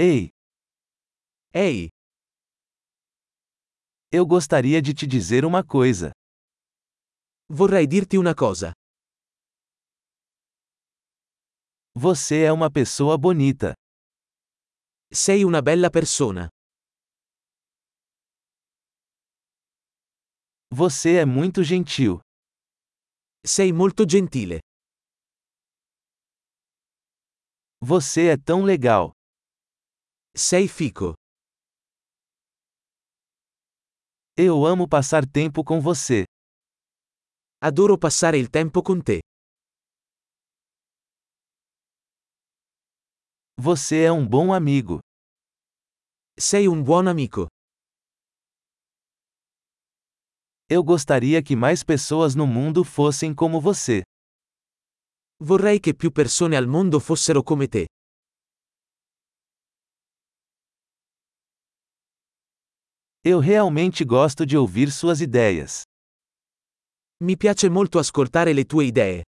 Ei! Ei! Eu gostaria de te dizer uma coisa. Vorrei dirti una cosa. Você é uma pessoa bonita. Sei una bella persona. Você é muito gentil. Sei molto gentile. Você é tão legal. Sei fico. Eu amo passar tempo com você. Adoro passare il tempo con te. Você é um bom amigo. um Sei un buon amico. Eu gostaria que mais pessoas no mundo fossem como você. Vorrei che più persone al mondo fossero come te. Eu realmente gosto de ouvir suas ideias. Mi piace molto ascoltare le tue idee.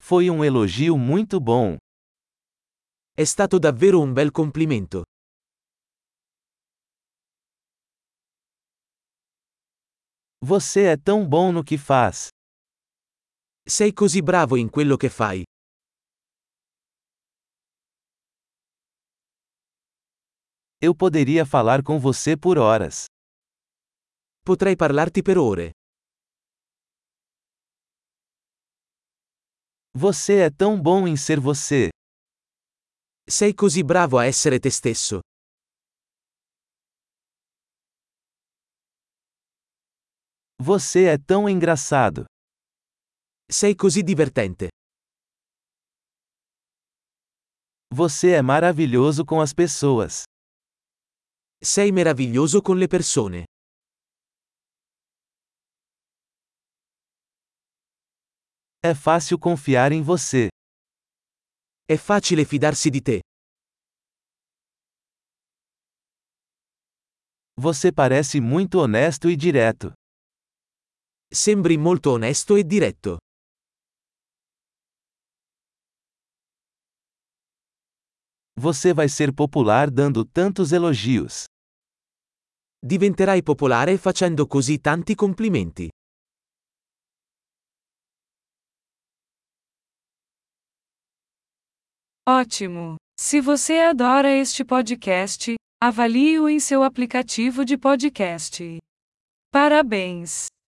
Foi um elogio muito bom. È stato davvero un bel complimento. Você é tão bom no que faz. Sei così bravo in quello che fai. Eu poderia falar com você por horas. Potrei parlarti per ore. Você é tão bom em ser você. Sei così bravo a essere te stesso. Você é tão engraçado. Sei così divertente. Você é maravilhoso com as pessoas. Sei meraviglioso con le persone. É fácil confiar em você. È facile fidarsi di te. Você parece muito honesto e direto. Sembri molto onesto e diretto. Você vai ser popular dando tantos elogios. Diventerai popolare facendo così tanti complimenti. Ótimo! Se você adora este podcast, avalie-o em seu aplicativo de podcast. Parabéns!